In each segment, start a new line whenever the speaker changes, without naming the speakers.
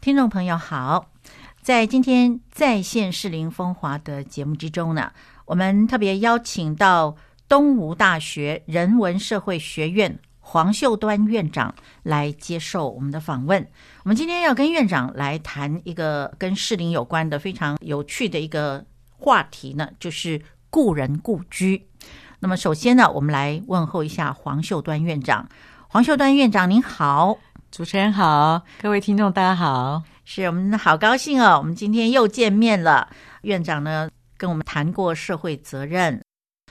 听众朋友好，在今天在线适龄风华的节目之中呢，我们特别邀请到东吴大学人文社会学院黄秀端院长来接受我们的访问。我们今天要跟院长来谈一个跟适龄有关的非常有趣的一个话题呢，就是故人故居。那么首先呢，我们来问候一下黄秀端院长。黄秀端院长您好，
主持人好，各位听众大家好。
是我们好高兴哦，我们今天又见面了。院长呢跟我们谈过社会责任，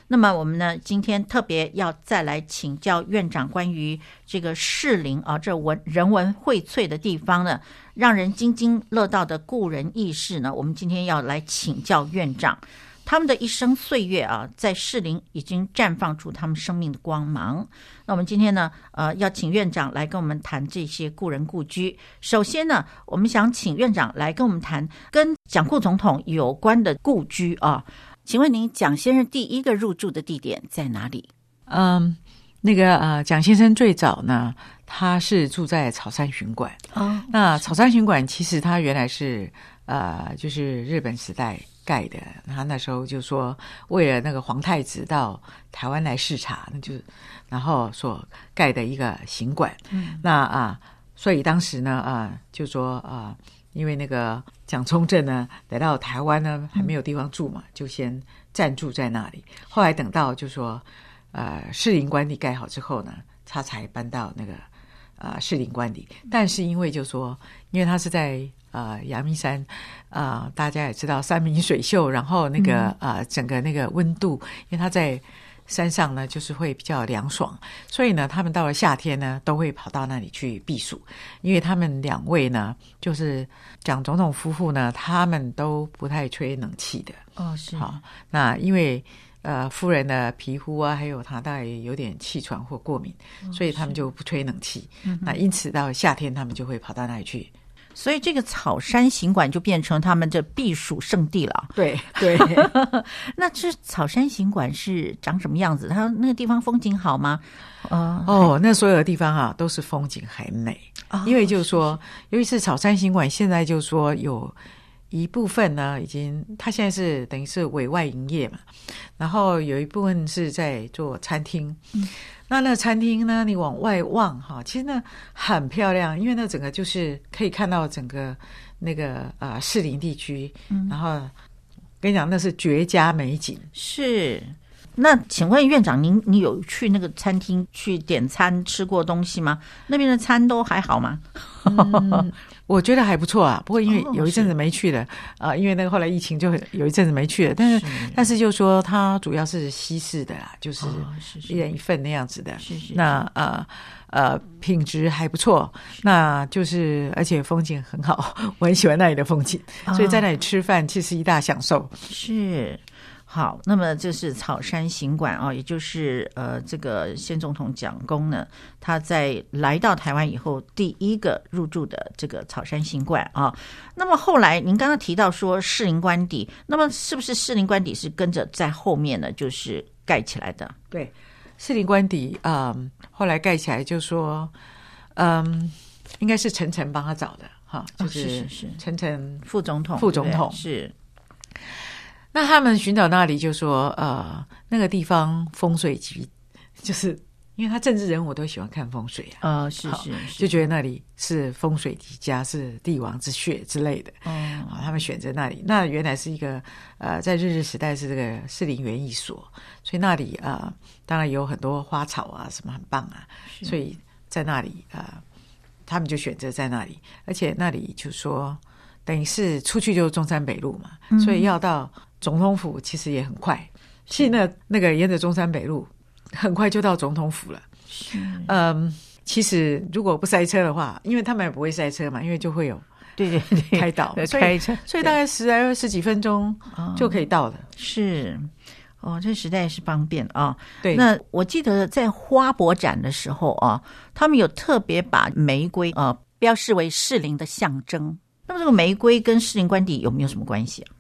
那么我们呢今天特别要再来请教院长关于这个适龄啊这文人文荟萃的地方呢，让人津津乐道的故人轶事呢，我们今天要来请教院长。他们的一生岁月啊，在士林已经绽放出他们生命的光芒。那我们今天呢，呃，要请院长来跟我们谈这些故人故居。首先呢，我们想请院长来跟我们谈跟蒋顾总统有关的故居啊。请问您，蒋先生第一个入住的地点在哪里？
嗯，那个呃，蒋先生最早呢，他是住在草山巡馆。
啊，
那草山巡馆其实它原来是呃，就是日本时代盖的。他那时候就说，为了那个皇太子到台湾来视察，那就然后所盖的一个行馆。嗯、那啊、所以当时呢啊、就说啊、因为那个蒋中正呢来到台湾呢还没有地方住嘛，就先暂住在那里。后来等到就说呃士林官邸盖好之后呢，他才搬到那个。啊士林官邸，但是因为就说，因为他是在啊阳明山啊、大家也知道山明水秀，然后那个啊、整个那个温度，因为他在山上呢，就是会比较凉爽，所以呢，他们到了夏天呢，都会跑到那里去避暑，因为他们两位呢，就是蒋总统夫妇呢，他们都不太吹冷气的，
哦，是
好，那因为呃夫人的皮肤啊，还有她大概有点气喘或过敏，所以他们就不吹冷气。那因此到夏天，他们就会跑到那里去。
所以这个草山行馆就变成他们的避暑圣地了啊。
对对，
那这草山行馆是长什么样子？它那个地方风景好吗？呃，
哦，那所有的地方啊都是风景很美，
哦
因为就是说，尤其是草山行馆，现在就是说有一部分呢已经，它现在是等于是委外营业嘛，然后有一部分是在做餐厅。那那餐厅呢？你往外望哈，其实呢很漂亮，因为那整个就是可以看到整个那个啊士林地区，然后跟你讲那是绝佳美景。
是。那请问院长，您你有去那个餐厅去点餐吃过东西吗？那边的餐都还好吗？
我觉得还不错啊，不过因为
哦
有一阵子没去了，啊、因为那个后来疫情就有一阵子没去了，但是但是就说它主要是西式的啦，就是
哦是
一人一份那样子的，
是是
那呃呃品质还不错，那就是而且风景很好， 我很喜欢那里的风景，
哦
所以在那里吃饭其实一大享受。
是。好，那么这是草山行馆啊、也就是呃，这个先总统蒋公呢，他在来到台湾以后第一个入住的这个草山行馆啊、那么后来您刚刚提到说士林官邸，那么是不是士林官邸是跟着在后面呢？就是盖起来的？
对，士林官邸，嗯，后来盖起来就说，嗯，应该是陈诚帮他找的哈，
哦
就是是
是是
陈诚
副总统，
副总
对不对
统
是
那他们寻找那里就说，呃，那个地方风水局，就是因为他政治人物都喜欢看风水啊，
呃，是
好
是，
就是觉得那里是风水极佳，是帝王之穴之类的
哦，
啊。他们选择那里，那原来是一个呃，在日治时代是这个士林园艺所，所以那里啊、呃当然有很多花草啊，什么很棒啊，
嗯
所以在那里啊、呃他们就选择在那里，而且那里就说等于是出去就是中山北路嘛，所以要到总统府其实也很快。其实那那个沿着中山北路，很快就到总统府了。嗯，其实如果不塞车的话，因为他们也不会塞车嘛，因为就会有
对对对，
呃开导
对
所以
开车，哦
所以大概十来二十几分钟就可以到了。
是哦，这实在是方便啊、
对，
那我记得在花博展的时候啊，他们有特别把玫瑰呃标示为适龄的象征。那么这个玫瑰跟适龄官邸有没有什么关系啊？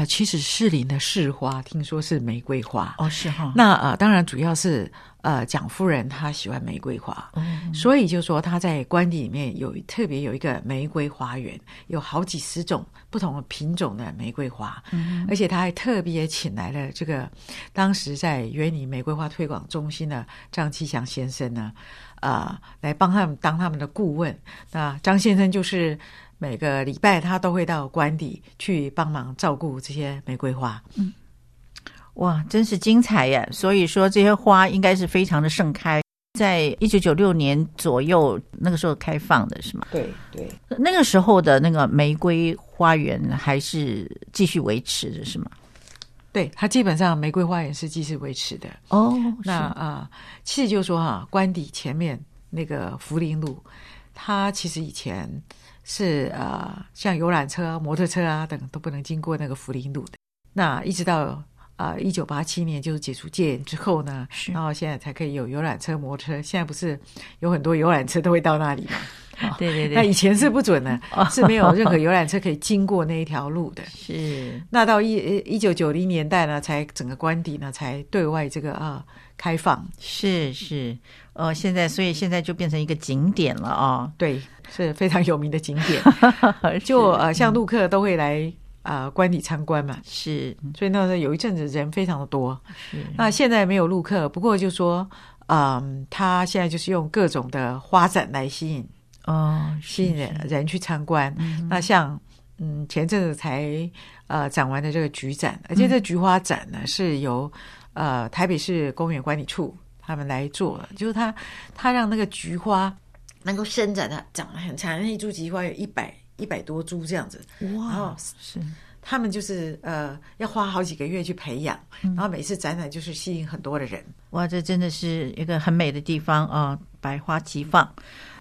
啊、其实士林的市花听说是玫瑰花，
哦，是哈那
那啊、呃当然主要是呃蒋夫人她喜欢玫瑰花，
嗯
所以就说她在官邸里面有特别有一个玫瑰花园，有好几十种不同的品种的玫瑰花，而且她还特别请来了这个当时在园林玫瑰花推广中心的张其祥先生呢，啊、来帮他们当他们的顾问。那张先生就是每个礼拜他都会到官邸去帮忙照顾这些玫瑰花。
哇，真是精彩耶！所以说这些花应该是非常的盛开，在一九九六年左右那个时候开放的是吗？
对对，
那个时候的那个玫瑰花园还是继续维持着是吗？
对他基本上玫瑰花园是继续维持的。
哦，
那啊、其实就说哈、官邸前面那个福林路，它其实以前是呃，像游览车啊、摩托车啊等都不能经过那个福林路的。那一直到啊，一九八七年就是解除戒严之后呢，
是
然后现在才可以有游览车、摩托车。现在不是有很多游览车都会到那里吗？
对对哦
那以前是不 准的，是没有任何游览车可以经过那一条路的。
是
那到一一九九零年代呢，才整个官邸呢才对外这个啊、开放。
是是，呃，现在所以现在就变成一个景点了 啊、
对，是非常有名的景点。
哦，
就呃，像陆客都会来啊、呃观礼参观嘛，
是
所以那时候有一阵子人非常的多。
是
那现在没有陆客，不过就说，嗯，他现在就是用各种的花展来吸引
哦，
吸引人人去参观。那像嗯前阵子才呃展完的这个菊展，而且这菊花展呢、是由呃台北市公园管理处他们来做的，就是它它让那个菊花能够伸展的长得很长，那一株菊花有一百一百多株这样子，
哇
哦，
是
他们就是呃要花好几个月去培养，然后每次展览就是吸引很多的人。
哇，这真的是一个很美的地方啊、百花齐放。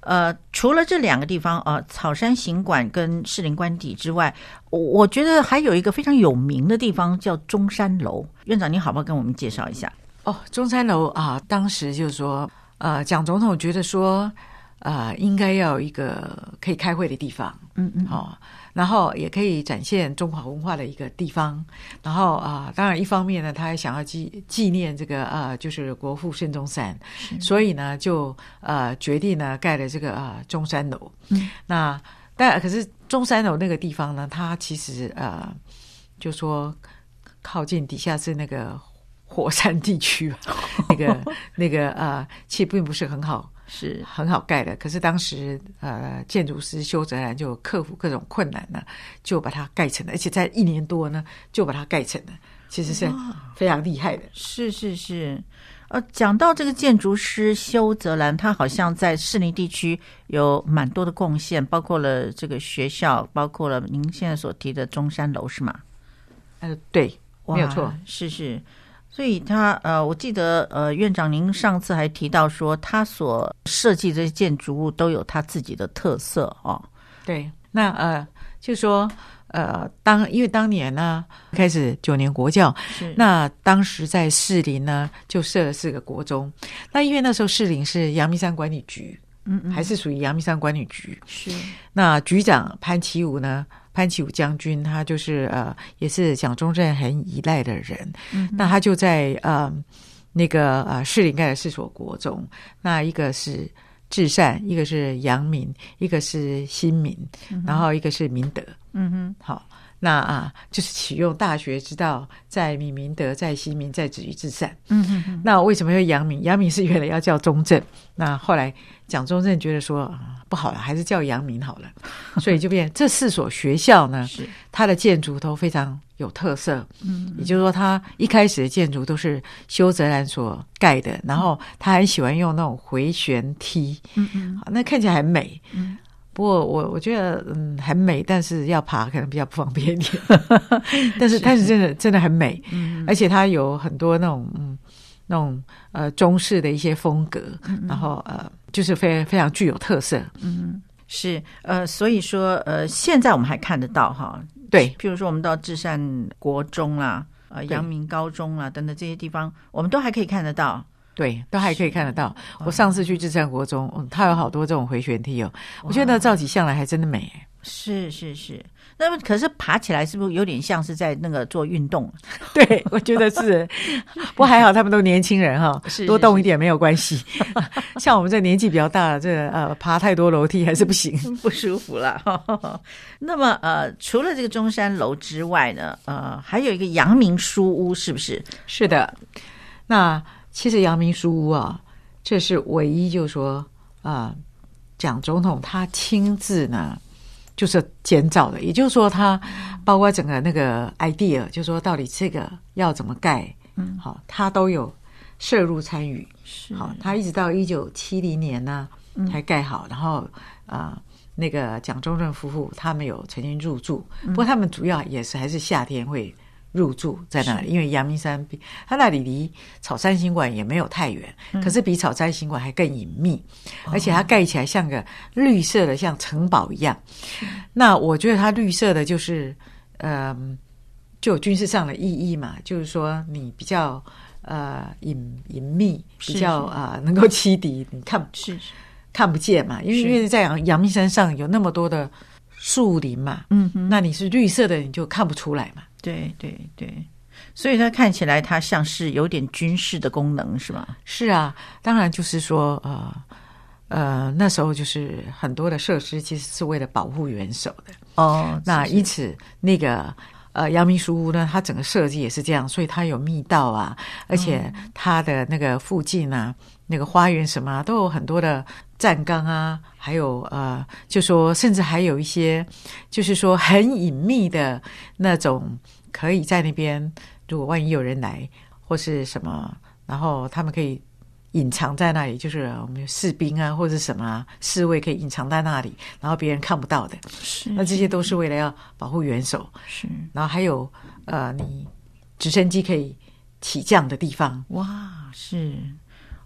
呃，除了这两个地方啊、草山行馆跟士林官邸之外，我我觉得还有一个非常有名的地方叫中山楼。院长，你好不好跟我们介绍一下？
哦，中山楼啊，当时就是说，呃，蒋总统觉得说，呃，应该要有一个可以开会的地方，
嗯嗯，
哦，然后也可以展现中华文化的一个地方。然后啊、当然一方面呢，他还想要纪纪念这个呃，就是国父孙中山，所以呢，就呃决定呢盖了这个呃中山楼。
嗯，
那但可是中山楼那个地方呢，它其实呃，就说靠近底下是那个。火山地 区吧，那个那个呃，其实并不是很好
是
很好盖的，可是当时呃建筑师修泽然就克服各种困难呢，就把它盖成了，而且在一年多呢就把它盖成了，其实是非常厉害的。
是是是，呃，讲到这个建筑师修泽兰，他好像在士林地区有蛮多的贡献，包括了这个学校，包括了您现在所提的中山楼，是吗？
呃，对，
哇
没有错，
是是。所以他呃，我记得呃，院长您上次还提到说，他所设计这些建筑物都有他自己的特色哦。
对。那呃，就说呃，当因为当年呢开始九年国教，
是
那当时在士林呢就设了四个国中，那因为那时候士林是阳明山管理局，
嗯嗯
还是属于阳明山管理局，
是
那局长潘启武呢？潘启武将军，他就是呃，也是蒋中正很依赖的人。
嗯哼
那他就在呃那个呃士林盖的四所国中，那一个是至善，一个是阳明，一个是新民，然后一个是明德。
嗯哼
好，那啊、就是启用大学之道，在明明德，在新民，在止于至善。
嗯哼哼
那为什么要阳明？阳明是原来要叫中正，那后来蒋中正觉得说、啊不好了，还是叫阳明好了，所以就变这四所学校呢，
是
它的建筑都非常有特色。嗯，也就是说，它一开始的建筑都是修泽然所盖的，然后他很喜欢用那种回旋梯，
嗯嗯
啊那看起来很美。
嗯。
不过我我觉得嗯很美，但是要爬可能比较不方便 一点。但是但是真的真的很美，
嗯
而且它有很多那种嗯那种呃中式的一些风格，
嗯
然后呃就是非非常具有特色。
是呃，所以说呃，现在我们还看得到哈，
对
譬如说我们到至善国中啦、呃
对
阳明高中啦等等这些地方，我们都还可以看得到。
对，都还可以看得到。 我上次去至善国中，嗯，它有好多这种回旋梯哦，我觉得那照起相来还真的美。
是是是，那么可是爬起来是不是有点像是在那个做运动？ 对，
我觉得是，不过还好他们都年轻人哈，
是
多动一点没有关系。 像我们这年纪比较大，这呃爬太多楼梯还是不行。
不舒服了。 那么呃，除了这个中山楼之外呢，呃，还有一个阳明书屋，是不是？
是的，那其实阳明书屋啊，这是唯一就是说啊、蒋总统他亲自呢。就是监造的，也就是说，他包括整个那个 idea，就是说到底这个要怎么盖，嗯，好，他都有摄入参与，
是
好，他一直到一九七零年呢才盖好，然后啊、呃那个蒋中正夫妇他们有曾经入住，不过他们主要也是还是夏天会入住在那里，因为阳明山比他那里离草山行馆也没有太远，
嗯
可是比草山行馆还更隐秘，
哦
而且它盖起来像个绿色的，像城堡一样。那我觉得它绿色的就是，嗯、就有军事上的意义嘛，就是说你比较呃隐隐秘，
是
比较啊、 呃能够欺敌，你看
是
看不见嘛，因为
是
因为在阳阳明山上有那么多的树林嘛，
嗯哼，
那你是绿色的你就看不出来嘛。
对对对，所以它看起来它像是有点军事的功能，是吗？
是啊，当然就是说呃呃那时候就是很多的设施其实是为了保护元首的，
哦，
那
那
因此那个。呃，阳明书屋呢，它整个设计也是这样，所以它有密道啊，而且它的那个附近啊，那个花园什么、啊、都有很多的站岗啊，还有呃，就说甚至还有一些，就是说很隐秘的那种，可以在那边，如果万一有人来或是什么，然后他们可以隐藏在那里，就是我们有士兵啊或者什么、啊、侍卫可以隐藏在那里，然后别人看不到的。
是
那这些都是为了要保护元首，
是
然后还有呃，你直升机可以起降的地方，
哇是。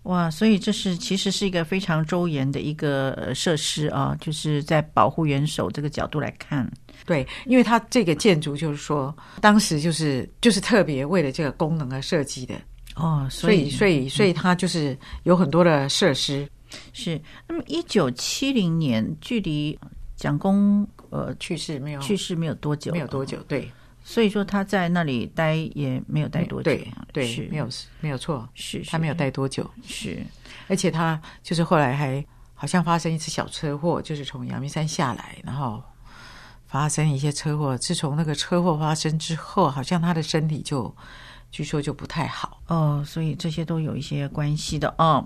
哇，所以这是其实是一个非常周延的一个呃设施啊，就是在保护元首这个角度来看，
对，因为它这个建筑就是说，当时就是就是特别为了这个功能而设计的，
哦，
所以所以所以它就是有很多的设施，
是，那么一九七零年，距离蒋公呃
去世没有
去世没有多久，
哦没有多，久，对
所以说他在那里待也没有待多久，啊
对对
是，
没有没有错，
是是
他没有待多久，
是
而且他就是后来还好像发生一次小车祸，就是从阳明山下来，然后发生一些车祸。自从那个车祸发生之后，好像他的身体就据说就不太好。
哦，所以这些都有一些关系的哦。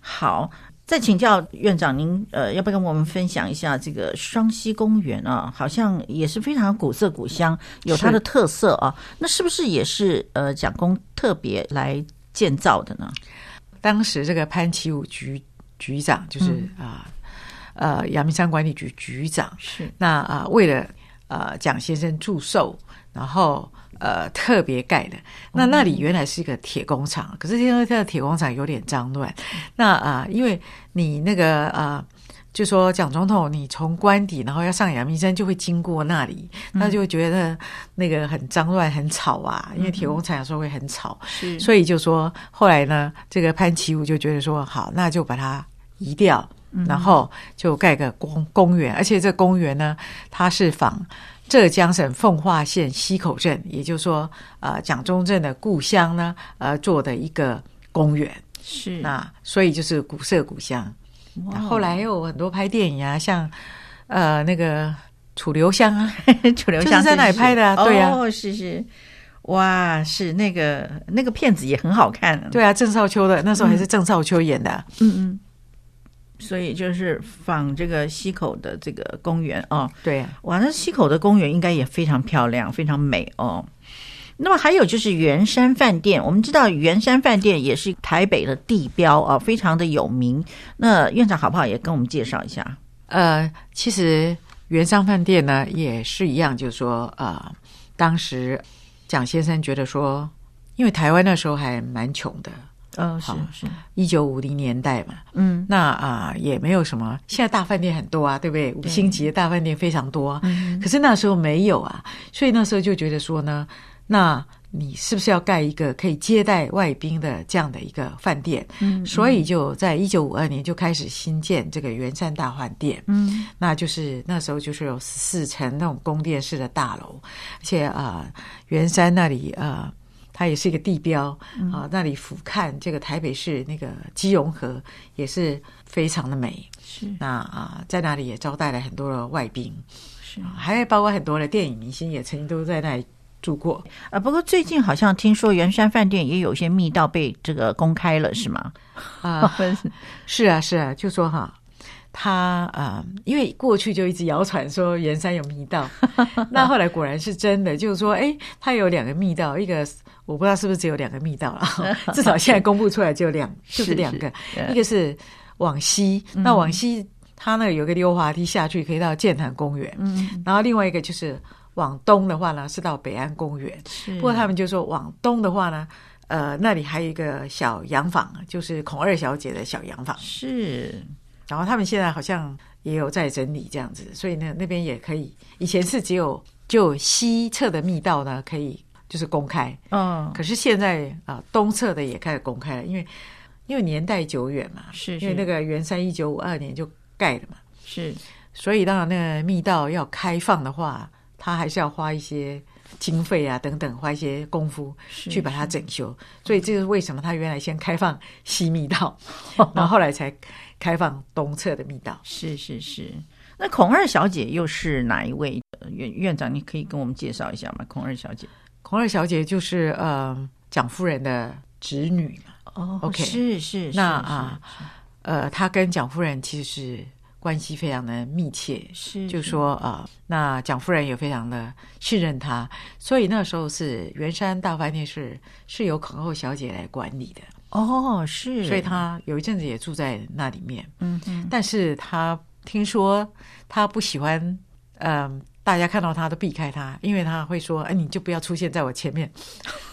好，再请教院长，您呃，要不要跟我们分享一下这个双溪公园啊？好像也是非常古色古香，有它
是
的特色啊。那是不是也是呃蒋公特别来建造的呢？
当时这个潘启武局局长就是啊、呃阳明山管理局局长，
是
那啊、为了呃蒋先生祝寿，然后呃特别盖的。那那里原来是一个铁工厂，可是因为它的铁工厂有点脏乱，那啊、因为你那个啊。就说蒋总统，你从官邸，然后要上阳明山，就会经过那里，那就会觉得那个很脏乱、很吵啊。因为铁工厂有时候会很吵，
是
所以就说后来呢，这个潘启武就觉得说，好，那就把它移掉，然后就盖个公公园，而且这公园呢，它是仿浙江省奉化县溪口镇，也就是说，呃，蒋中正的故乡呢，呃，做的一个公园。
是
那所以就是古色古香。
嗯哇
那后来又有很多拍电影啊，像呃那个楚留香啊，
楚留
就
香
是在那里拍的啊
真是
对啊
哦，是是，哇，是那个那个片子也很好看，，
对啊，郑少秋的那时候还是郑少秋演的。
嗯嗯，所以就是仿这个溪口的这个公园哦，
对啊，
哇，那溪口的公园应该也非常漂亮，非常美哦。那么还有就是圆山饭店，我们知道圆山饭店也是台北的地标啊，非常的有名。那院长好不好也跟我们介绍一下？
呃，其实原商饭店呢也是一样，就是说，呃，当时蒋先生觉得说，因为台湾那时候还蛮穷的，
嗯，
是
是，
一九五零年代嘛，
嗯，
那啊、也没有什么，现在大饭店很多啊，对不对？五星级的大
嗯
饭店非常多啊、可是那时候没有啊，所以那时候就觉得说呢，那你是不是要盖一个可以接待外宾的这样的一个饭店？
嗯
所以就在一九五二年就开始新建这个圆山大饭店，
嗯
那就是那时候就是有十四层那种宫殿式的大楼，而且啊、呃圆山那里啊、呃它也是一个地标啊、那里俯瞰这个台北市那个基隆河也是非常的美。
是
那啊、在那里也招待了很多的外宾，
是
还包括很多的电影明星也曾经都在那里住过。
啊，不过最近好像听说圆山饭店也有些密道被这个公开了，是吗？
啊、
哦
是啊，是啊，就说哈，他啊、呃因为过去就一直谣传说圆山有密 道，那后来果然是真的，就是说，哎，它有两个密道，一个我不知道是不是只有两个密道 了，至少现在公布出来只有两，就是
是
两个，
呃
一个是嗯往西，那往西它那有个溜滑梯下去可以到剑潭公园，
嗯，
然后另外一个就是往东的话呢是到北安公园，
是
不过他们就说往东的话呢，呃，那里还有一个小洋房，就是孔二小姐的小洋房。
是
然后他们现在好像也有在整理这样子，所以呢，那边也可以。以前是只有就西侧的密道呢可以就是公开，
哦，
可是现在啊、东侧的也开始公开了，因为因为年代久远嘛，
是
因为
是
那个圆山一九五二年就盖了嘛，
是
所以当然那个密道要开放的话，它还是要花一些经费啊等等，花一些功夫。
是
去把它整修。所以这就是为什么他原来先开放西密 道，然后后来才开放东侧的密道。
是是是。那孔二小姐又是哪一位呃院院长？你可以跟我们介绍一下吗？孔二小姐
孔二小姐就是呃蒋夫人的侄女嘛，
哦
OK
是是是
那啊呃，她跟蒋夫人其实是关系非常的密切。
是
就说啊、呃那蒋夫人也非常的信任她，所以那时候是圆山大饭店是是由孔后小姐来管理的，
哦是，
所以她有一阵子也住在那里面。
嗯嗯
但是他听说他不喜欢，嗯、大家看到他都避开他，因为他会说：“哎，你就不要出现在我前面。”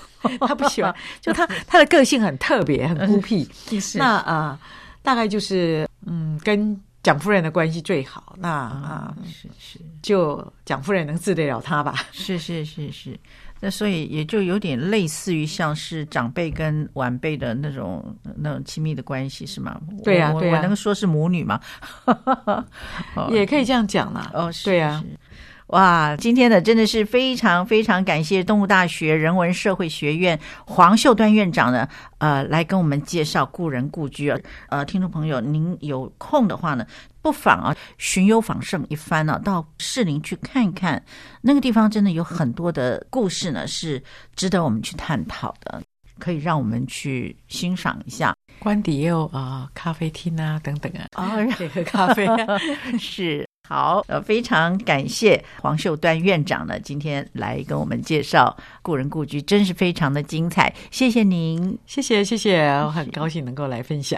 他不喜欢，就他他的个性很特别，很孤僻。
是
那啊、呃大概就是嗯，跟蒋夫人的关系最好。那啊、
啊是是
就蒋夫人能治得了他吧？
是是是是，那所以也就有点类似于像是长辈跟晚辈的那种那种亲密的关系，是吗？我
对呀
我
对呀
我能说是母女吗？ 哦
也可以这样讲啦。
哦，是
对呀、
是哇，今天呢真的是非常非常感谢动物大学人文社会学院黄秀端院长呢，呃，来跟我们介绍故人故居啊。呃，听众朋友，您有空的话呢，不妨啊巡游访胜一番呢、啊到士林去看看，那个地方真的有很多的故事呢，是值得我们去探讨的，可以让我们去欣赏一下。
官邸也有啊、呃咖啡厅啊等等啊，
哦，
可以喝咖啡、啊。
是好，呃，非常感谢黄秀端院长呢，今天来跟我们介绍故人故居，真是非常的精彩，谢谢您。
谢谢谢谢，我很高兴能够来分享。